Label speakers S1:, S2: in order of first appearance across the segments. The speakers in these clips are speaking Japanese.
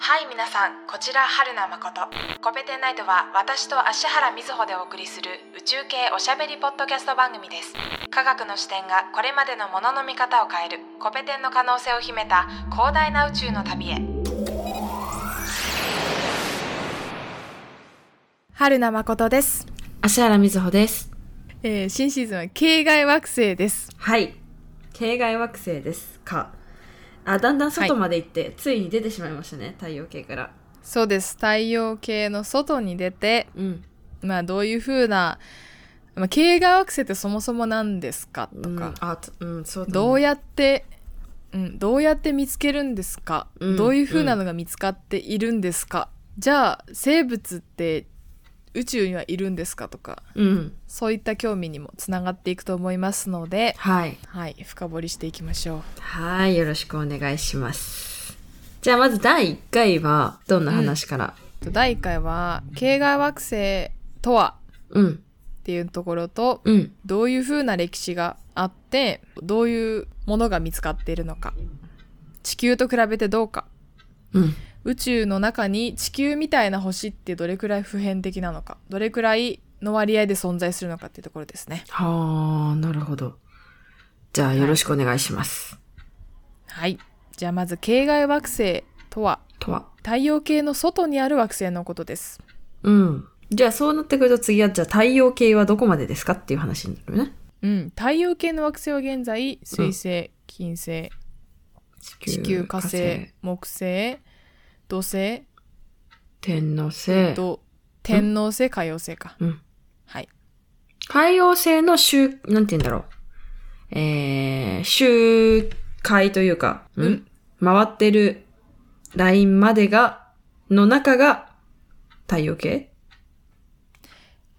S1: はい皆さんこちら春名誠コペテンナイトは私と芦原瑞穂でお送りする宇宙系おしゃべりポッドキャスト番組です科学の視点がこれまでのものの見方を変えるコペテンの可能性を秘めた広大な宇宙の旅へ春名誠です、
S2: 芦原瑞穂です。
S1: え新シーズンは形外惑星です
S2: はい。系外惑星ですか。あ、だんだん外まで行って、ついに出てしまいましたね、太陽系から。
S3: そうです太陽系の外に出て
S2: うん。
S3: まあどういう風なまあ系外惑星ってそもそも何ですかと
S2: うん
S3: か、
S2: あ、とうん、そうだね
S3: どうやって、うん、どうやって見つけるんですか、
S2: うん
S3: どういう風なのが見つかっているんですか、じゃあ生物って宇宙にはいるんですかとか
S2: うん。
S3: そういった興味にもつながっていくと思いますので、
S2: はい。
S3: はい、深掘りしていきましょ
S2: はい、よろしくお願いします。じゃあまず第1回は、どんな話から。
S3: う。第1回は系外惑星とは
S2: うん、
S3: っていうところと
S2: うん、
S3: どういう風な歴史があってどういうものが見つかっているのか地球と比べてどうか
S2: うん、
S3: 宇宙の中に地球みたいな星ってどれくらい普遍的なのかどれくらいの割合で存在するのかっていうところですね
S2: はあ、なるほど。じゃあよろしくお願いします。
S3: はいじゃあまず系外惑星とは
S2: とは。
S3: 太陽系の外にある惑星のことです
S2: うん。じゃあそうなってくると次は、じゃあ太陽系はどこまでですかっていう話になるね。
S3: うん太陽系の惑星は現在水星金星地球火星木星土星
S2: 天の星。
S3: と天王星海王星か、
S2: うん
S3: はい
S2: 海洋星の周、なんて言うんだろう。えー、周回というか、
S3: うん
S2: 回ってるラインまでが、の中が太陽系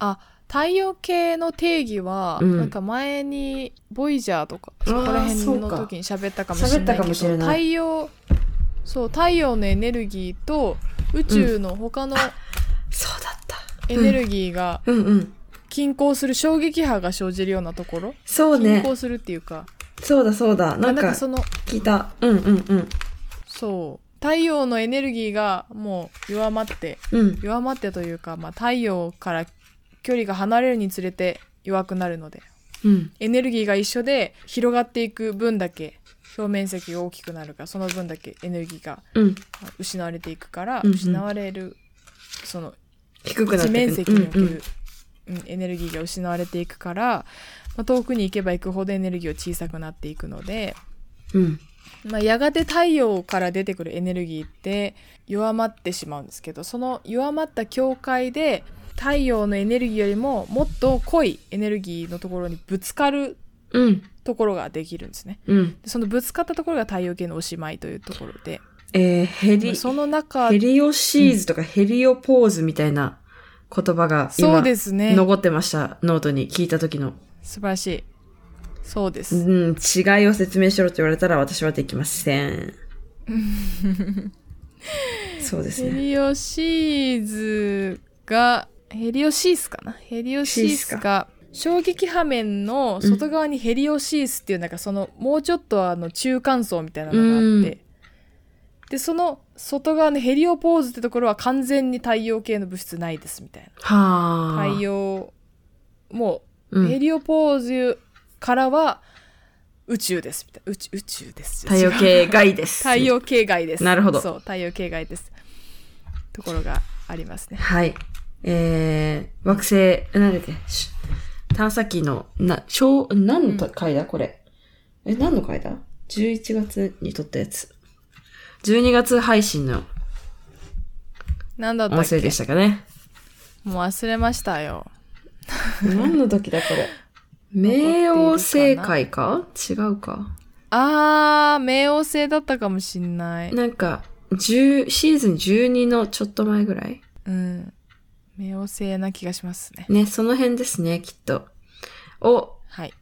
S3: あ太陽系の定義は、
S2: うん
S3: なんか前にボイジャーとか
S2: あー
S3: そこら
S2: そ
S3: 辺
S2: う
S3: の
S2: か
S3: 時に喋ったかもしれ
S2: 喋っ
S3: な
S2: た
S3: い
S2: かも
S3: けど
S2: しれない
S3: 太陽そう太陽のエネルギーと宇宙の他の
S2: そうだった。
S3: エネルギーが
S2: うんうん。
S3: 均衡する衝撃波が生じるようなところ、
S2: そう
S3: 均
S2: ね。
S3: 衡するっていうか
S2: そうだそうだ。
S3: ま
S2: な
S3: あ
S2: ん
S3: なん
S2: か
S3: かその
S2: 聞いた。うんうんうん。
S3: そう太陽のエネルギーがもう弱まって
S2: うん。
S3: 弱まってというか、まあ、太陽から距離が離れるにつれて弱くなるので
S2: うん。
S3: エネルギーが一緒で広がっていく分だけ表面積が大きくなるからその分だけエネルギーが
S2: うん。
S3: 失われていくから、
S2: うんうん
S3: 失われるその
S2: 低くなって
S3: 地
S2: く
S3: 面積におけ
S2: う
S3: る、
S2: ん
S3: う
S2: うん
S3: んエネルギーが失われていくから、まあ遠くに行けば行くほどエネルギーは小さくなっていくので、
S2: うん。
S3: まあ、やがて太陽から出てくるエネルギーって弱まってしまうんですけどその弱まった境界で太陽のエネルギーよりももっと濃いエネルギーのところにぶつかる
S2: うん。
S3: ところができるんですね。
S2: うん。
S3: でそのぶつかったところが太陽系のおしまいというところで、
S2: えー、ヘ
S3: まあ
S2: リ、
S3: その中
S2: ヘリオシーズとかヘリオポーズみたいな言葉が今、
S3: そうですね
S2: 残ってました、ノートに聞いた時の。
S3: 素晴らしいそうで
S2: う
S3: す
S2: ん、違いを説明しろって言われたら私はできません。そうです
S3: ヘ
S2: ね。
S3: リオシーズがヘリオシースかなヘリオシースが衝撃波面の外側にヘリオシースっていうなんかそのもうちょっとあの中間層みたいなのがあって、でその外側のヘリオポーズってところは完全に太陽系の物質ないですみたい
S2: は
S3: な
S2: あ。
S3: 太陽もう
S2: う
S3: ヘ
S2: ん、
S3: リオポーズからは宇宙ですみたいな宇宙宇宙です
S2: 太陽
S3: 違う
S2: 系外 です。
S3: 太陽系外です
S2: なるほど
S3: そう太陽系外ですところがありますね
S2: はい。えー、惑星、えなんだっけ、し探査機の、な、小、何の回だ、これ。え、何の回だ ?11 月に撮ったやつ。12月配信の
S3: 何だった
S2: 音
S3: っけ
S2: 声でしたかね。
S3: もう忘れましたよ
S2: 何の時だ、これ。冥王星会か違うか。
S3: あー冥王星だったかもしんない
S2: なんか、10シーズン12のちょっと前ぐらい
S3: うん冥王星な気がしますね
S2: ね、その辺ですね、きっと。を
S3: はい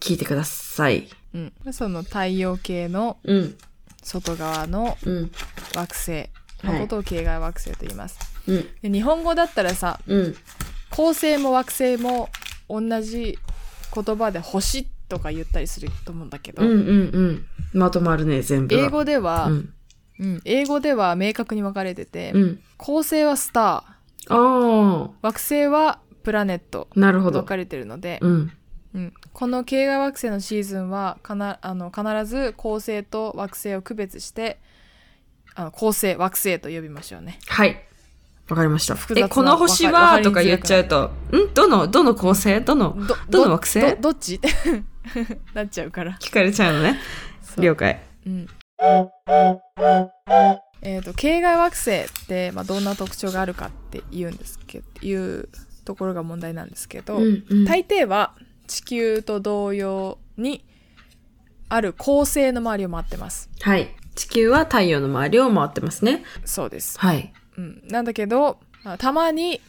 S2: 聞いてください。
S3: うん、その太陽系の
S2: うん、
S3: 外側の
S2: うん、
S3: 惑星のことを系外惑星と言います、
S2: うん、
S3: で日本語だったらさ
S2: うん。
S3: 恒星も惑星も同じ言葉で星とか言ったりすると思うんだけど、
S2: うんうんうん。まとまるね、全部が。
S3: 英語では
S2: うん。
S3: うん、英語では明確に分かれてて、
S2: うん。
S3: 恒星はスター
S2: あ
S3: 惑星はプラネット
S2: あ、なるほ
S3: 分
S2: ど。
S3: かれてるので、
S2: うん。
S3: うん、この系外惑星のシーズンはかなあの必ず恒星と惑星を区別してあの恒星惑星と呼びましょうね
S2: はい。わかりました
S3: 複。雑な
S2: え、この星
S3: わか
S2: は
S3: り
S2: とか言っちゃうと、んどの、どの構成どの、
S3: ど
S2: どの惑星
S3: どどっち なっちゃうから
S2: 聞かれちゃうのね。
S3: そう
S2: 了解。
S3: うんえー、と系外惑星って、まあ、どんな特徴があるかって言うんですけどいうところが問題なんですけど、
S2: ん、うん
S3: 大抵は地球と同様にある恒星の周りを回ってます
S2: はい。地球は太陽の周りを回ってますね。
S3: そうです、
S2: はい。
S3: うん、なんだけどまあたまに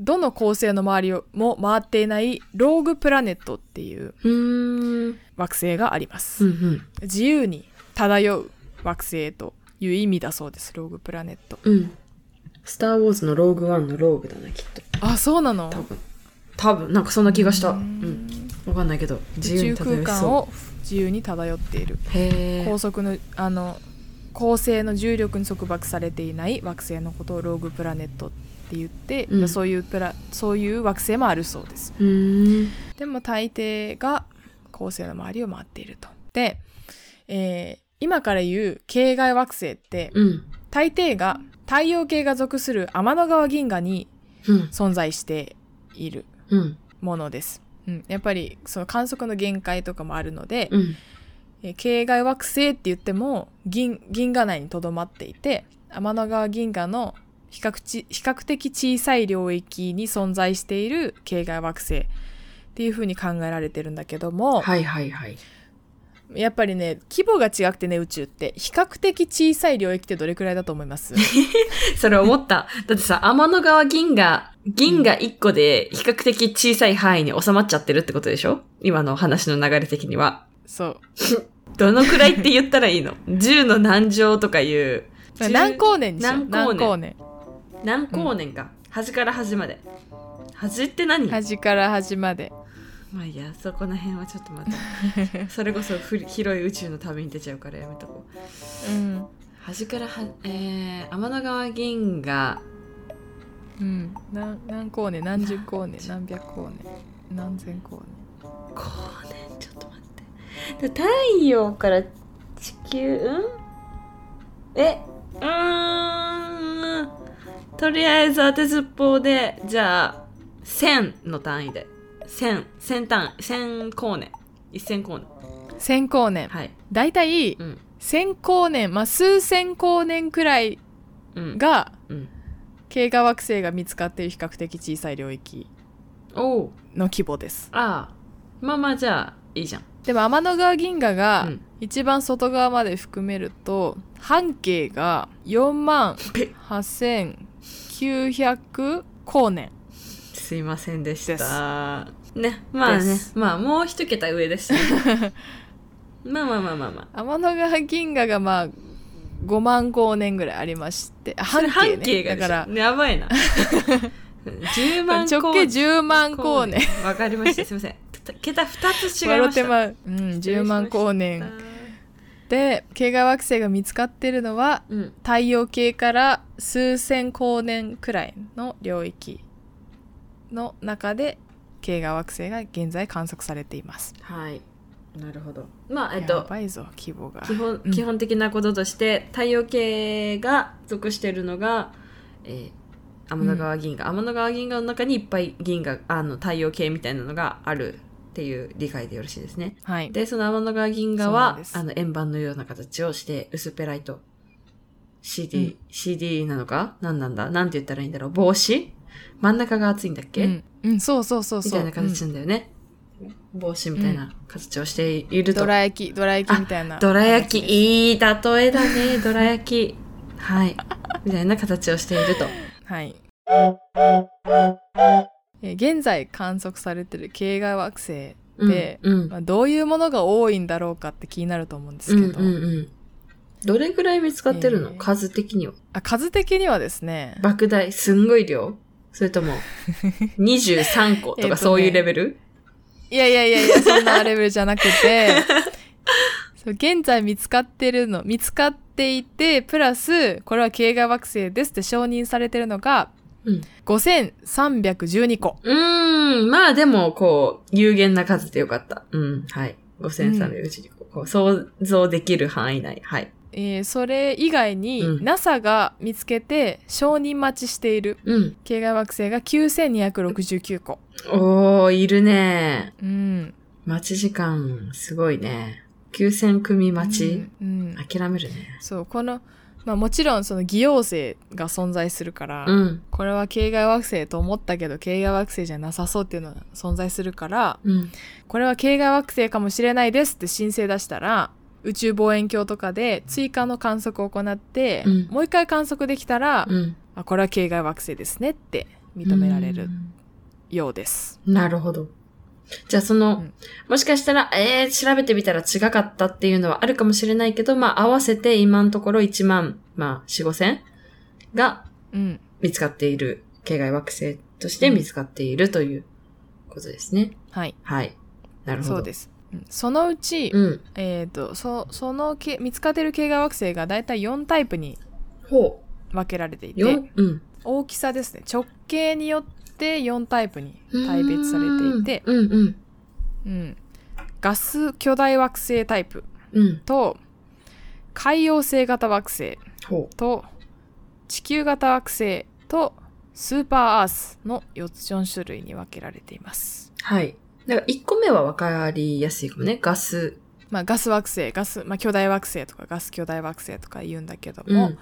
S3: どの恒星の周りをも回っていないローグプラネットっていう
S2: うーん。
S3: 惑星がありま
S2: う
S3: す、
S2: んうん。
S3: 自由に漂う惑星という意味だそうですローグプラネット
S2: うん。スター・ウォーズのローグワンのローグだな、きっと。
S3: あそうなの
S2: 多分。多分、なんかそんな気がした。う
S3: うん
S2: ん。わかんないけど、自由
S3: 宇
S2: に
S3: 宙空
S2: 漂い
S3: 間
S2: そ
S3: を自由に漂っている
S2: う。へ
S3: 高速のあの恒星の重力に束縛されていない惑星のことをローグプラネットって言って、
S2: うん
S3: そういうプラそういう惑星もあるそうです
S2: うーん。
S3: でも大抵が恒星の周りを回っているとで、えー今から言う系外惑星って
S2: うん。
S3: 大抵が太陽系が属する天の川銀河に
S2: うん。
S3: 存在している
S2: うん。
S3: ものです、うん、やっぱりその観測の限界とかもあるので、
S2: うん。
S3: えー系外惑星って言っても銀銀河内にとどまっていて天の川銀河の比較ち比較的小さい領域に存在している系外惑星っていうふうに考えられてるんだけども、
S2: はいはいはい。
S3: やっぱりね規模が違くてね宇宙って比較的小さい領域ってどれくらいだと思 います
S2: それ思った。だってさ、天の川銀河、銀河1個で比較的小さい範囲に収まっちゃってるってことでしょ今の話の流れ的には。
S3: そう
S2: どのくらいって言ったらい いの ?10 の何乗とかいう。10
S3: 何光年にしよう
S2: 何光年
S3: 何光年
S2: 何光年か。端から端まで。端って何
S3: 端から端まで
S2: まあいいや、そこら辺はちょっと待って。 それこそふり広い宇宙の旅に出ちゃうからやめとこう。
S3: うん
S2: 端からは、えー、天の川銀河、
S3: うん、何何光年何十光年何百光年何千光
S2: こうねちょっと待ってで太陽から地球うんえうーんとりあえず当てずっぽうでじゃあ1000の単位で1000 1000単位1000光年1000光年
S3: 年千光年
S2: はい
S3: 大体
S2: うん
S3: 千光年、まあ、数千光年くらい
S2: うん
S3: が
S2: うん
S3: 系外惑星が見つかっている比較的小さい領域
S2: おう
S3: の規模です
S2: ああまあまあじゃあいいじゃん
S3: でも天の川銀河が
S2: うん
S3: 一番外側まで含めると半径が4万8900光年
S2: すいませんでしたねまあね
S3: です
S2: まあもう一桁上でした、 ね、まあまあまあまあまあ
S3: 天の川銀河がまあ5万光年ぐらいありましてあ
S2: それ
S3: 半
S2: 半
S3: 径
S2: 径,、
S3: ね
S2: がでしょ
S3: だから
S2: やば いな10万
S3: 直径10万光年
S2: 光わかりましたすいませんた桁2つ違い
S3: 笑
S2: ま
S3: っ
S2: してた
S3: まううん10万光年で系外惑星が見つかってるのは
S2: うん
S3: 太陽系から数千光年くらいの領域の中で系外惑星が現在観測されています。
S2: はいなるほどまあえっ
S3: や
S2: と
S3: ばいぞ規模が。
S2: 基本
S3: うん
S2: 基本的なこととして太陽系が属しているのが、えー天の川銀河、天の川銀河の中にいっぱい銀河あの太陽系みたいなのがあるっていう理解でよろしいですね
S3: はい。
S2: でその天の川銀河
S3: そうなん
S2: は
S3: です
S2: あの円盤のような形をして薄っぺらいと
S3: う
S2: CD、
S3: ん
S2: CD なのか何なんだなんて言ったらいいんだろう帽子真ん中が厚いんだっけ、
S3: うん、うん、そうそうそう
S2: み
S3: そ
S2: た
S3: う。
S2: いな形
S3: う
S2: なんだよね、帽子みたいな形をしている
S3: ん
S2: と、
S3: どら焼き、どら焼きみたいな。
S2: どら焼きいい例えだねどら焼きはいみたいな形をしていると
S3: はい。えー現在観測されてる系外惑星、で
S2: うんうん
S3: まあ、どういうものが多いんだろうかって気になると思うんです
S2: うん
S3: けど、
S2: うんうんどれぐらい見つかってるの、
S3: えー
S2: 数的には
S3: あ数的にはですね
S2: 莫大すんごい量それと も23個と
S3: えっとね
S2: かそういうレベル、
S3: いやいやい やいやそんなレベルじゃなくてそう現在見つかってるの見つかっっていてプラスこれは系外惑星ですって承認されてるのが、
S2: うん
S3: 5312個
S2: うーん、まあでも、こう、有限な数でよかった。うん、はい。5312個、こう想像できる範囲内。はい。
S3: えーそれ以外に、
S2: うん
S3: NASA が見つけて承認待ちしている
S2: うん。
S3: 系外惑星が9269個
S2: おー、いるね。
S3: うん
S2: 待ち時間、すごいね。9000組待ち、
S3: うんうん
S2: 諦めるね。
S3: そうこの、まあ、もちろんその偽陽性が存在するから、
S2: うん。
S3: これは系外惑星と思ったけど系外惑星じゃなさそうっていうのが存在するから
S2: うん。
S3: これは系外惑星かもしれないですって申請出したら宇宙望遠鏡とかで追加の観測を行って、
S2: うん
S3: もう一回観測できたら、
S2: うん。
S3: あこれは系外惑星ですねって認められるようです。
S2: うん。なるほど。じゃあその、
S3: うん
S2: もしかしたら、えー、調べてみたら違かったっていうのはあるかもしれないけど、まあ合わせて今のところ1万、まあ4、5千が
S3: うん、
S2: 見つかっている、系外惑星として見つかっているということですね。
S3: はい
S2: はい。なるほど。。
S3: そうですす。うんそのうち、
S2: うん。
S3: えー、とそそのけ見つかってる系外惑星がだいたい4タイプに
S2: ほ。
S3: 分けられていうて
S2: よ、うん。
S3: 大きさですね直径によって4タイプに大別されていて、
S2: うんうん。
S3: うん、ガス巨大惑星タイプ
S2: うん。
S3: と海洋星型惑星
S2: ほ
S3: と地球型惑星とスーパーアースの 4, つ4種類に分けられています。
S2: う。はい。だから1個目は分かりやすいかもね。ガス。
S3: まあ、ガス惑星ガス、まあ、巨大惑星とかガス巨大惑星とか言うんだけど
S2: う
S3: も、
S2: ん。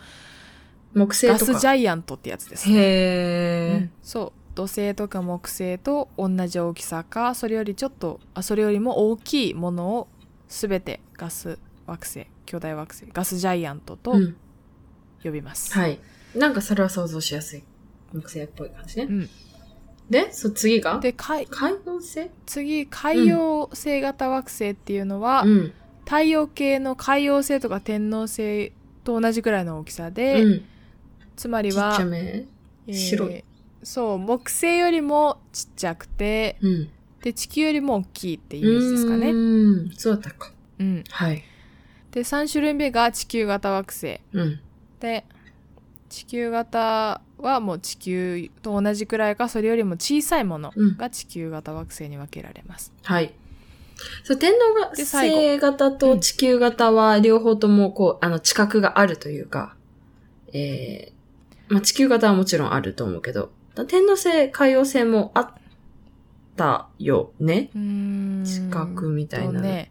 S2: 木星
S3: ガ
S2: とか。
S3: スジャイアントってやつですね。
S2: へ
S3: う
S2: ー
S3: ん。そう土星とか木星と同じ大きさかそれよりちょっとあそれよりも大きいものを全てガス惑星巨大惑星ガスジャイアントと
S2: うん。
S3: 呼びます、
S2: はい。なんかそれは想像しやすい。木星っぽい感じね。
S3: うん
S2: で、そう、次が
S3: で海
S2: 海洋星
S3: 次海洋星型惑星っていうのは、
S2: うん。
S3: 太陽系の海洋星とか天王星と同じくらいの大きさで、
S2: うん。
S3: つまり
S2: ちっ
S3: は
S2: ちゃ、め。
S3: えー
S2: 白い
S3: そう木星よりもちっちゃくて
S2: うん。
S3: で地球よりも大きいってイメージですか
S2: う
S3: ね。
S2: ーん。そうだったか。
S3: うん、
S2: はい。
S3: で3種類目が地球型惑星
S2: うん。
S3: で地球型はもう地球と同じくらいかそれよりも小さいもの
S2: うん
S3: が地球型惑星に分けられます。
S2: はい。そう、天皇が
S3: で最後
S2: 星型と地球型は両方ともこう、あの、知覚があるというか、えー、まあ、地球型はもちろんあると思うけど、天皇星、海洋星もあったよね
S3: うーん
S2: 知覚みたい
S3: と
S2: な、
S3: ね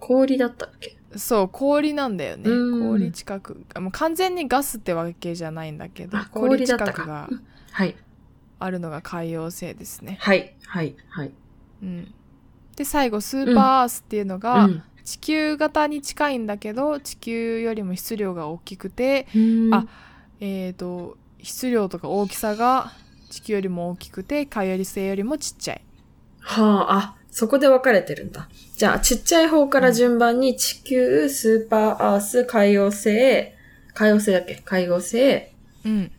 S2: 氷だったっけ
S3: そう氷なんだよね
S2: うん
S3: 氷近くもう完全にガスってわけじゃないんだけど
S2: あ氷
S3: 氷
S2: だ
S3: 近
S2: ったか
S3: くが
S2: はい。
S3: あるのが海洋星ですね。
S2: はい。はい。はい。
S3: うん、で最後スーパーアースっていうのが、
S2: うん
S3: 地球型に近いんだけど地球よりも質量が大きくてあえー、と質量とか大きさが地球よりも大きくて海洋星よりもちっちゃい。
S2: はあ、あ、そこで分かれてるんだ。じゃあ、ちっちゃい方から順番に地球、スーパーアース、海洋星、海洋星だっけ海洋星、で、
S3: うん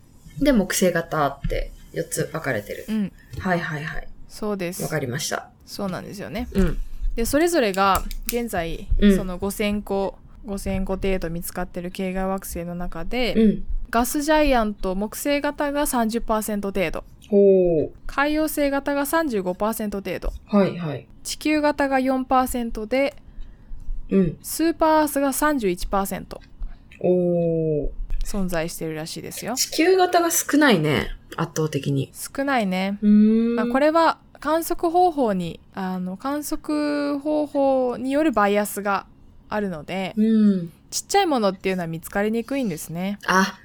S2: 木星型って4つ分かれてる
S3: う。ん、
S2: はいはいはい。
S3: そうで
S2: 分
S3: す
S2: かりました。
S3: そうなんですよね。
S2: うん。
S3: でそれぞれが現在、
S2: うん
S3: その5,000個5,000個程度見つかってる系外惑星の中で、
S2: うん。
S3: ガスジャイアント木星型が30%程度
S2: ほ
S3: 海洋星型が35%程度
S2: う。はいはい。
S3: 地球型が4%で
S2: うん。
S3: スーパーアースが31%
S2: おー
S3: 存在してるらしいですよ。
S2: 地球型が少ないね。圧倒的に。
S3: 少ないね。
S2: うーん。
S3: まあ、これは観測方法にあの観測方法によるバイアスがあるので
S2: うん。
S3: ちっちゃいものっていうのは見つかりにくいんですね。
S2: あ、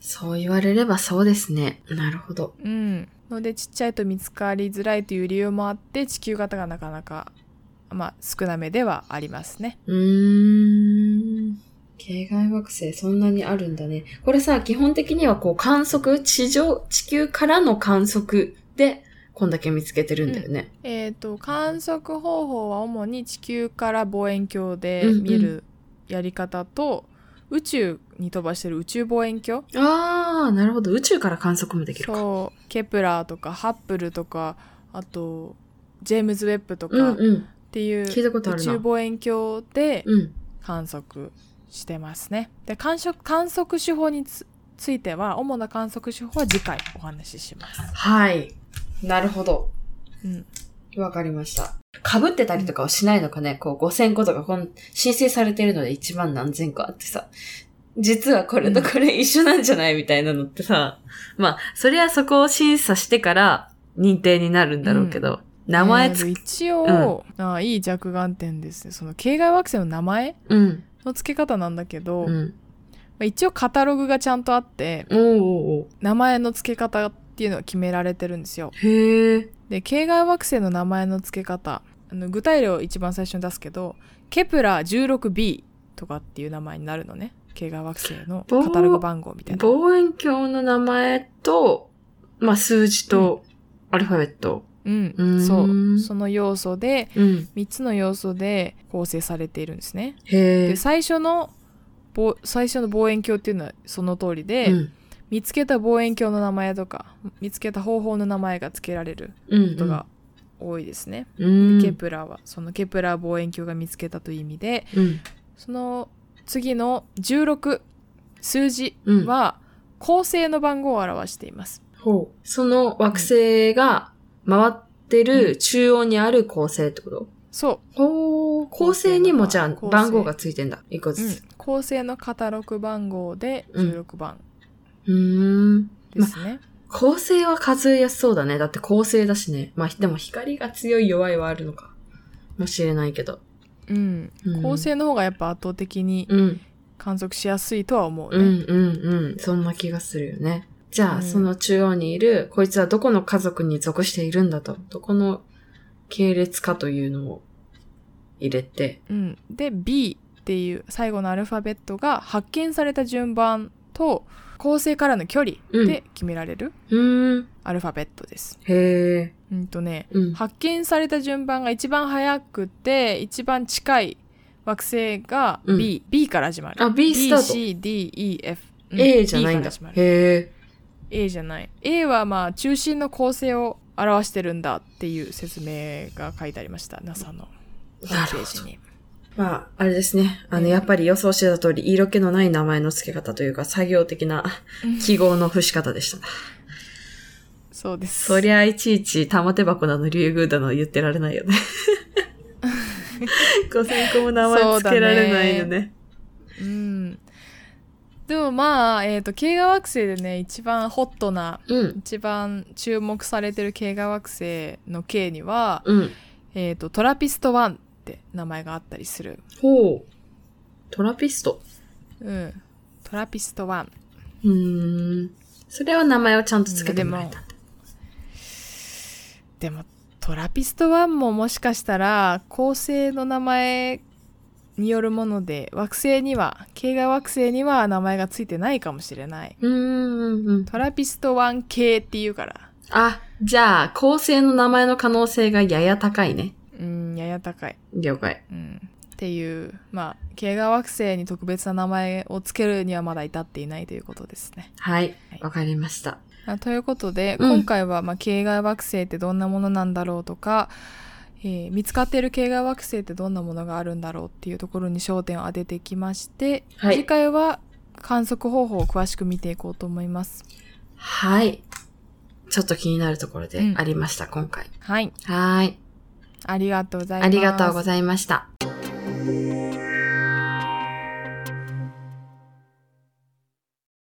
S2: そう言われればそうですね。なるほど。
S3: うん、のでちっちゃいと見つかりづらいという理由もあって地球型がなかなか、まあ、少なめではありますね。
S2: うーん。系外惑星そんなにあるんだね。これさ、基本的にはこう観測、地上、地球からの観測で、こんだけ見つけてるんだよね。
S3: えー、と観測方法は主に地球から望遠鏡で
S2: うんうん
S3: 見るやり方と、宇宙に飛ばしてる宇宙望遠鏡
S2: あー、なるほど。宇宙から観測もできるか。
S3: そうケプラーとかハッブルとかあとジェームズ・ウェッブと
S2: うん
S3: かっ
S2: うん。
S3: ていう
S2: 聞いたことあ
S3: 宇
S2: るな
S3: 宙望遠鏡で
S2: うん。
S3: 観測してますね。で観測観測手法につついては主な観測手法は次回お話しします。
S2: はい。なるほど。
S3: うん、
S2: わかりました。被ってたりとかはしないのかね、こう5000個とかこん申請されてるので1万何千個あってさ、実はこれとこれ一緒なんじゃないみたいなのってさ、まあ、そりゃそこを審査してから認定になるんだろうけど、名前つ、
S3: えー一応、あーいい着眼点ですね。その形骸惑星の名前
S2: うん、
S3: の付け方なんだけど、
S2: う
S3: ま
S2: ん。
S3: あ一応カタログがちゃんとあって
S2: おーおーお
S3: 名前の付け方っていうのが決められてるんですよ。
S2: ーへえ。
S3: で形骸惑星の名前の付け方あの具体例を一番最初に出すけどケプラ 16b とかっていう名前になるのね形骸惑星の
S2: ぼー
S3: カタログ番号みたいな。
S2: 望遠鏡の名前と、まあ、数字と、アルファベット。
S3: うん、
S2: うーん
S3: そうその要素で
S2: うん。
S3: 3つの要素で構成されているんですね。
S2: へ
S3: で
S2: え。
S3: 最初のぼ最初の望遠鏡っていうのはその通りで、
S2: うん
S3: 見つけた望遠鏡の名前とか見つけた方法の名前が付けられる
S2: うん。
S3: ことが多いですね。
S2: うん、
S3: ケプラはそのケプラ望遠鏡が見つけたという意味で
S2: うん。
S3: その次の16数字
S2: うん
S3: は恒星の番号を表しています。
S2: ほう。その惑星が回ってる中央にある恒星ってこと、
S3: そ
S2: ほう。恒星にもじゃあ
S3: 恒星
S2: 番号がついてんだ。一個
S3: う、うん
S2: ずつ。、
S3: 恒星のカタログ番号で16番
S2: うーん。
S3: ですね。
S2: 恒星は数えやすそうだね。だって恒星だしね。まあ、でも光が強い弱いはあるのか。もしれないけど。
S3: うん、
S2: うん
S3: 恒星の方がやっぱ圧倒的に
S2: うん。
S3: 観測しやすいとは思うね。
S2: うんうんうん。そんな気がするよね。じゃあ、
S3: うん
S2: その中央にいる、こいつはどこの家族に属しているんだと、どこの系列かというのを入れて。
S3: うん、で B っていう最後のアルファベットが発見された順番と恒星からの距離で決められる
S2: うーん。
S3: アルファベットです。
S2: へえ。
S3: うんとね
S2: うん。
S3: 発見された順番が一番早くて一番近い惑星が B、B から始まる。
S2: あ、B スター
S3: BCDEF、
S2: ト。
S3: うん
S2: A じゃないん
S3: B か
S2: だ
S3: ら始ま。る
S2: へえ。
S3: A じゃない A はまあ中心の構成を表してるんだっていう説明が書いてありました NASA のホームページに。
S2: まあ、あれですね。あの、
S3: うん
S2: やっぱり予想してた通り、色気のない名前の付け方というか、作業的な
S3: う ん
S2: 記号の付し方でしたね。
S3: そうです。
S2: そりゃ、いちいち玉手箱なの、竜宮だの言ってられないよね。5000個も名前つけられないよね。
S3: うん、でもまあ、えー、と系外惑星でね一番ホットな
S2: うん。
S3: 一番注目されてる系外惑星の系には、
S2: うん。
S3: えー、とトラピスト1って名前があったりする、
S2: ほう。トラピスト。
S3: うん、トラピスト1
S2: うーん。それは名前をちゃんとつけてもらえたんだ。
S3: でもトラピスト1ももしかしたら恒星の名前によるもので惑星には系外惑星には名前がついてないかもしれない
S2: ー
S3: う
S2: んうんうん。
S3: トラピスト1系っていうから
S2: あ、じゃあ、構成の名前の可能性がやや高いね。
S3: うんやや高い
S2: 了解。
S3: うんっていうまあ系外惑星に特別な名前をつけるにはまだ至っていないということですね。
S2: はい
S3: はい。
S2: わかりました。
S3: あということで、
S2: うん
S3: 今回は、まあ、系外惑星ってどんなものなんだろうとか、えー見つかっている系外惑星ってどんなものがあるんだろうっていうところに焦点を当ててきまして、
S2: はい
S3: 次回は観測方法を詳しく見ていこうと思います。
S2: はい。ちょっと気になるところでありました、今回。
S3: はい、
S2: はーい。
S3: ありがとうございます。
S2: ありがとうございました。